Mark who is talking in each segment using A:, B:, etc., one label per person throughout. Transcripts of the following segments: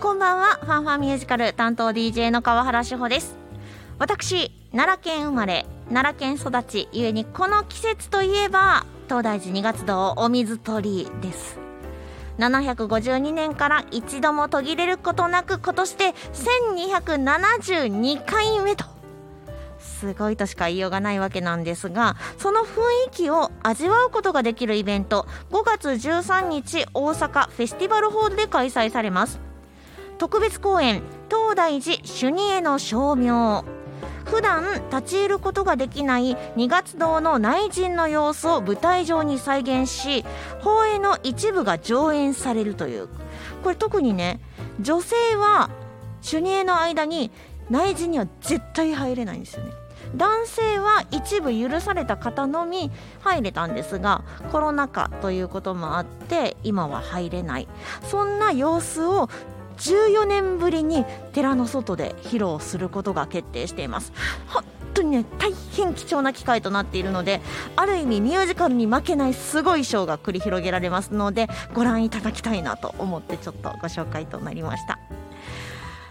A: ファンファンミュージカル担当 DJ の川原志保です私奈良県生まれ奈良県育ちゆえにこの季節といえば東大寺二月堂お水鳥居です752年から一度も途切れることなく今年で1272回目とすごいとしか言いようがないわけなんですがその雰囲気を味わうことができるイベント5月13日大阪フェスティバルホールで開催されます特別公演東大寺主任への照明普段立ち入ることができない二月堂の内陣の様子を舞台上に再現し放映の一部が上演されるというこれ特にね女性は主任の間に内陣には絶対入れないんですよね男性は一部許された方のみ入れたんですがコロナ禍ということもあって今は入れないそんな様子を14年ぶりに寺の外で披露することが決定しています本当にね大変貴重な機会となっているのである意味ミュージカルに負けないすごいショーが繰り広げられますのでご覧いただきたいなと思ってちょっとご紹介となりました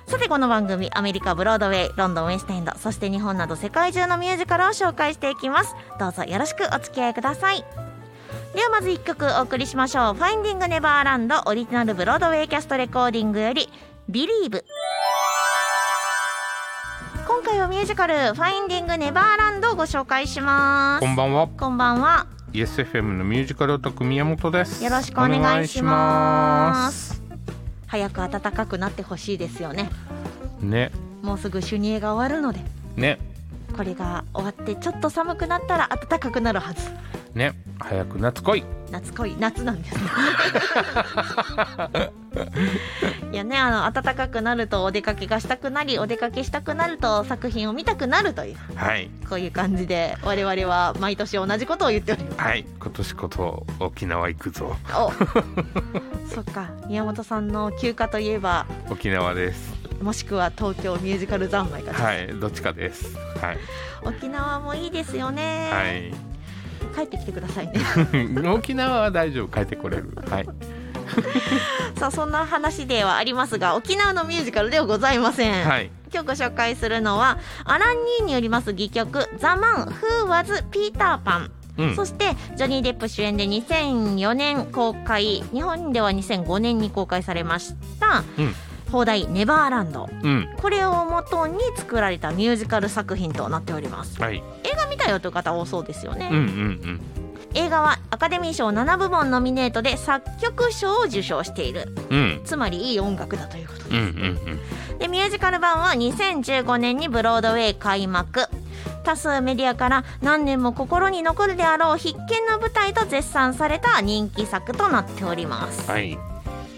A: さてこの番組アメリカブロードウェイロンドンウェストエンドそして日本など世界中のミュージカルを紹介していきますどうぞよろしくお付き合いくださいではまず1曲お送りしましょう「ファインディング・ネバーランド」オリジナルブロードウェイキャストレコーディングより「Believe」今回はミュージカル「ファインディング・ネバーランド」をご紹介します
B: こんばんは
A: こんばんは
B: ESFM のミュージカルオタク宮本です
A: よろしくお願いしま
B: お
A: す早く暖かくなってほしいですよね
B: 願いしますね
A: もうすぐ修二会が終わるので
B: ね
A: これが終わってちょっと寒くなったら暖かくなるはず
B: ね早く夏来い
A: 夏来い夏なんですねいやねあの暖かくなるとお出かけがしたくなりお出かけしたくなると作品を見たくなるという
B: はい
A: こういう感じで我々は毎年同じことを言っており ます
B: はい今年こそ沖縄行くぞ
A: おそっか宮本さんの休暇といえば
B: 沖縄です
A: もしくは東京ミュージカル三昧か、
B: はいどっちかですはい
A: 沖縄もいいですよね、
B: はい
A: 帰ってきてくださいね
B: 沖縄は大丈夫帰ってこれるはい
A: さあそんな話ではありますが沖縄のミュージカルではございません、
B: はい
A: 今日ご紹介するのはアラン・ニーによります戯曲「ザ・マン・フー・ワズ・ピーター・パン」
B: うん
A: そしてジョニー・デップ主演で2004年公開日本では2005年に公開されました、
B: うん
A: 放題「ネバーランド
B: うん」
A: これを元に作られたミュージカル作品となっております
B: はい
A: 映画見たよという方多そうですよね、
B: うんうん
A: 映画はアカデミー賞7部門ノミネートで作曲賞を受賞している
B: うんうん
A: つまりいい音楽だということです、
B: うんうん
A: でミュージカル版は2015年にブロードウェイ開幕多数メディアから何年も心に残るであろう必見の舞台と絶賛された人気作となっております
B: はい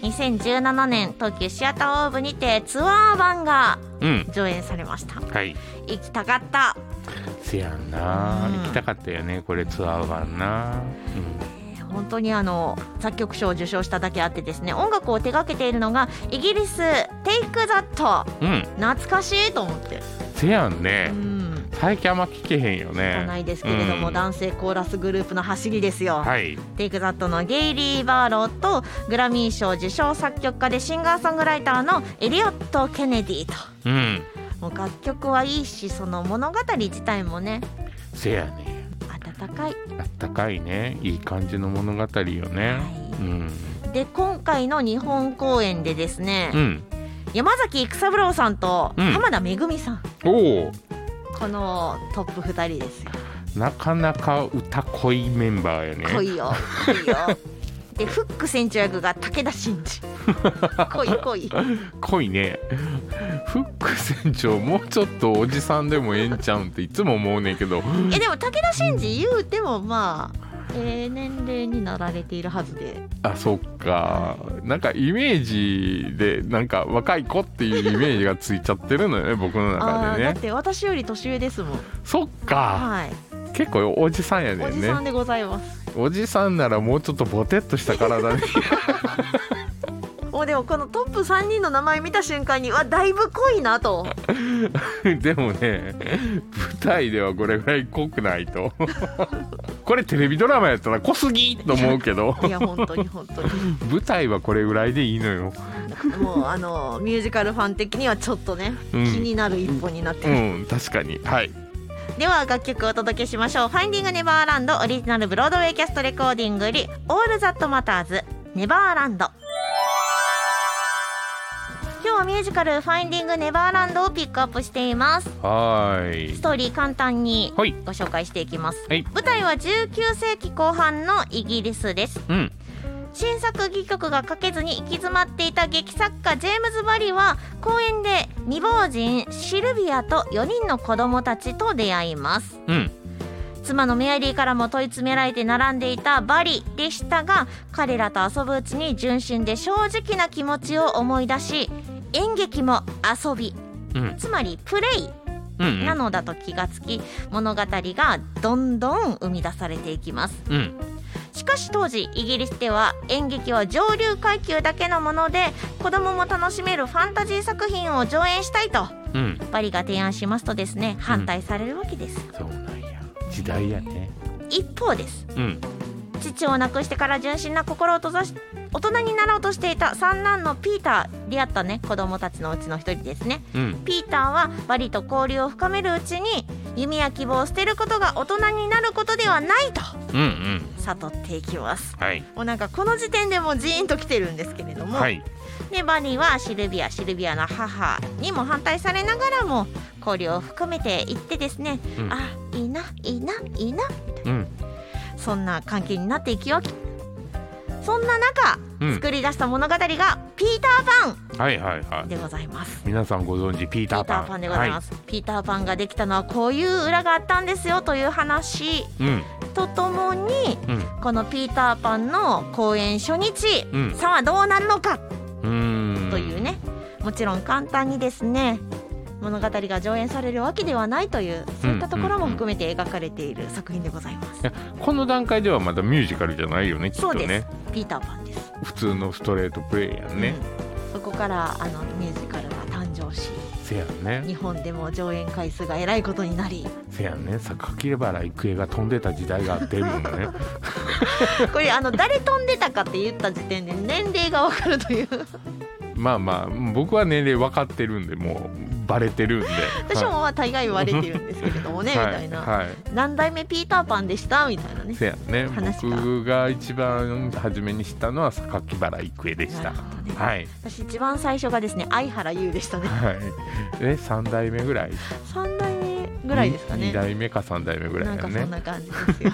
A: 2017年東急シアターオーブにてツアー版が
B: うん
A: 上演されました
B: はい
A: 行きたかった
B: せやんな、
A: うん
B: 行きたかったよねこれツアー版な、う
A: 本当にあの作曲賞を受賞しただけあってですね音楽を手掛けているのがイギリス「テイク・ザ・ット
B: ん、うん」
A: 懐かしいと思って
B: せやん
A: う
B: ね
A: ん
B: 最近あんま聞けへんよ
A: じ
B: ね
A: ゃないですけれども、
B: うん
A: 男性コーラスグループの走りですよ、
B: はい
A: テイクザットのゲイリー・バーローとグラミー賞受賞作曲家でシンガーソングライターのエリオット・ケネディと
B: うん
A: もう楽曲はいいしその物語自体もね
B: せやね
A: 温かい、
B: あったかいねいい感じの物語よね
A: は
B: うん
A: い、で今回の日本公演でですね、
B: うん
A: 山崎育三郎さんと
B: うん
A: 浜田めぐみさん、
B: おお
A: このトップ2人ですよ
B: なかなか歌濃いメンバーやね
A: 来いよ来い よでフック船長役が武田真治来い来い
B: 濃いね フック船長もうちょっとおじさんでもええんちゃうんっていつも思うねんけど
A: えでも武田真治言うてもまあ、えー年齢になられているはずで
B: あそっかなんかイメージでなんか若い子っていうイメージがついちゃってるのよね僕の
A: あ
B: 中
A: ー
B: で
A: だっ
B: ね
A: て私より年上ですもん
B: そっか
A: はい
B: 結構おじさんやね
A: お
B: ん
A: じ
B: ね
A: さんでございます
B: おじさんならもうちょっとボテッとした体 に
A: もうでもこのトップ3人の名前見た瞬間にはだいぶ濃いなと
B: でもね舞台ではこれぐらい濃くないとこれテレビドラマやったら濃すぎと思うけど
C: いや本当に本当に
B: 舞台はこれぐらいでいいのよ
C: もうあのミュージカルファン的にはちょっとね、
B: うん
C: 気になる一歩になって
B: う
C: る、
B: ん確かにはい
A: では楽曲をお届けしましょう「ファインディング・ネバーランド」オリジナルブロードウェイキャストレコーディングより「オール・ザット・マターズ・ネバーランド」今日はミュージカル「ファインディング・ネバーランド」をピックアップしています
B: はーい
A: ストーリー簡単に
B: はい
A: ご紹介していきます、
B: はい
A: 舞台は19世紀後半のイギリスです
B: うん
A: 新作戯曲が書けずに行き詰まっていた劇作家ジェームズ・バリは公演で未亡人シルビアと4人の子供たちと出会います
B: うん
A: 妻のメアリーからも問い詰められて並んでいたバリでしたが彼らと遊ぶうちに純真で正直な気持ちを思い出し演劇も遊び
B: うん
A: つまりプレ
B: うんう
A: イなんのだと気がつき物語がどんどん生み出されていきます
B: うん
A: しかし当時イギリスでは演劇は上流階級だけのもので子供も楽しめるファンタジー作品を上演したいと
B: うん
A: バリが提案しますとですね反対されるわけです、
B: そうなんや時代やね
A: 一方です
B: うん
A: 父を亡くしてから純真な心を閉ざし大人になろうとしていた三男のピーター出会ったね子供たちのうちの一人ですね
B: うん
A: ピーターはバリと交流を深めるうちに弓や希望を捨てることが大人になることではないと
B: うんうん
A: 悟っていきます
B: はい
C: もうなんかこの時点でもうジーンときてるんですけれども、
B: はい
A: でバニーはシルビアシルビアの母にも反対されながらも交流を含めていってですね、
B: うん
A: あいいないいないいな
B: うん
A: そんな関係になっていきわけそんな中、
B: うん
A: 作り出した物語が「ピーター・パン
B: はいはいは」い
A: でございます。
B: 皆さんご存知ピー
A: ピ
B: タ
A: ー
B: ーパ
A: タ
B: ン
A: ーパンでございます、ピーターパンができたのはこういう裏があったんですよという話
B: はいうん
A: とともに
B: うん
A: このピーターパンの公演初日、
B: うん
A: さあどうなるのか
B: うーん
A: というね、もちろん簡単にですね物語が上演されるわけではないというそういったところも含めて描かれている作品でございます、
B: いやこの段階ではまだミュージカルじゃないよねきっ
A: そ
B: と
A: うです、
B: ね
A: ピーターパンです、
B: 普通のストレートプレイやんね、
A: うんそこからあのミュージカルが誕生し
B: せやね
C: 日本でも上演回数がえらいことに なり
B: せやね榊原郁恵が飛んでた時代があってるもんね
C: これあの誰飛んでたかって言った時点で年齢がわかるという
B: まあまあ僕は年齢分かってるんでもうバレてるんで
C: 私もまあ大概割れてるんですけれどもね、
B: はい
C: みたいな、
B: はい、はい
C: 何代目ピーターパンでしたみたいなね
B: せやね
C: 話が
B: 僕が一番初めに知ったのは榊原郁恵でし
C: な
B: た
C: るほどね
B: はい
C: 私一番最初がですね相原優でしたね
B: はいで3代目ぐらい
C: 3代目ぐらいですか
B: 2
C: ね
B: 代目か3代目ぐら
C: ないん
B: だ
C: か
B: ね
C: そんな感じですよ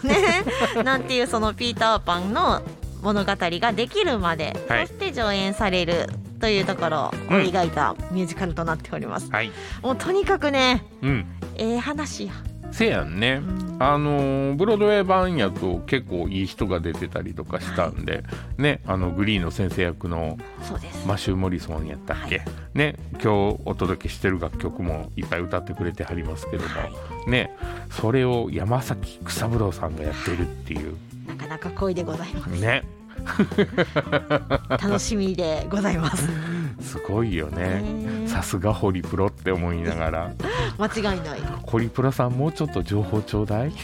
C: ね
A: なんていうそのピーターパンの物語ができるまで、
B: はい
A: そして上演されるというところを描いたミュージカルとなっております、
B: はい
A: もうとにかくね
B: うん
A: ええ話や
B: せやんね、あのーブロードウェイ版やと結構いい人が出てたりとかしたんで、ねあのグリーンの先生役の
A: そうです
B: マシュー・モリソンやったっけ、ね今日お届けしてる楽曲もいっぱい歌ってくれてはりますけども、ねそれを山崎育三郎さんがやってるっていう
C: なかなか恋でございます
B: ね
C: 楽しみでござい ます
B: すごいよね
A: ね
B: さすがホリプロって思いながら
C: 間違いない
B: ホリプロさんもうちょっと情報ちょうだ
C: は
B: い
C: い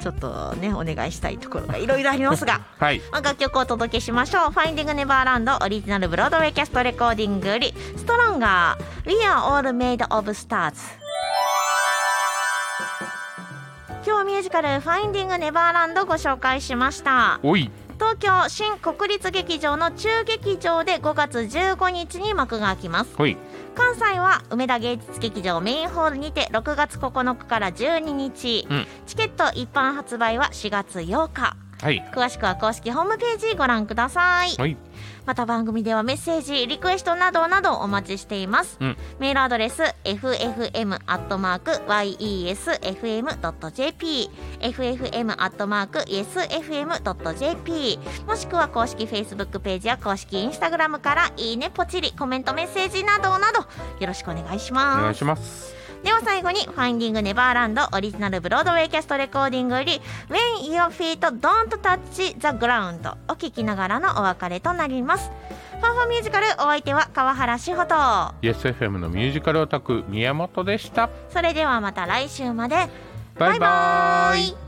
C: ちょっとねお願いしたいところがいろいろありますが
B: はい
A: まあ楽曲をお届けしましょう「ファインディング・ネバーランド」オリジナルブロードウェイキャストレコーディングより「ストロンガー We are all made of stars」今日ミュージカル「ファインディング・ネバーランド」ご紹介しました
B: おい
A: 東京新国立劇場の中劇場で5月15日に幕が開きます
B: ほい
A: 関西は梅田芸術劇場メインホールにて6月9日から12日、
B: うん
A: チケット一般発売は4月8日
B: はい
A: 詳しくは公式ホームページご覧ください
B: はい
A: また番組ではメッセージリクエストなどなどお待ちしています、
B: うん
A: メールアドレス ffm.yesfm.jp ffm.yesfm.jp もしくは公式 Facebook ページや公式 Instagram からいいねポチリコメントメッセージなどなどよろしくお願いし
B: お願
A: ま
B: い
A: す
B: します
A: では最後に「ファインディング・ネバーランド」オリジナルブロードウェイキャストレコーディングより「When Your Feet Don't Touch the Ground」を聞きながらのお別れとなりますファンファンミュージカルお相手は川原志穂と
B: YesFM のミュージカルオタク宮本でした
A: それではまた来週まで
B: バイバイ
A: バイバイ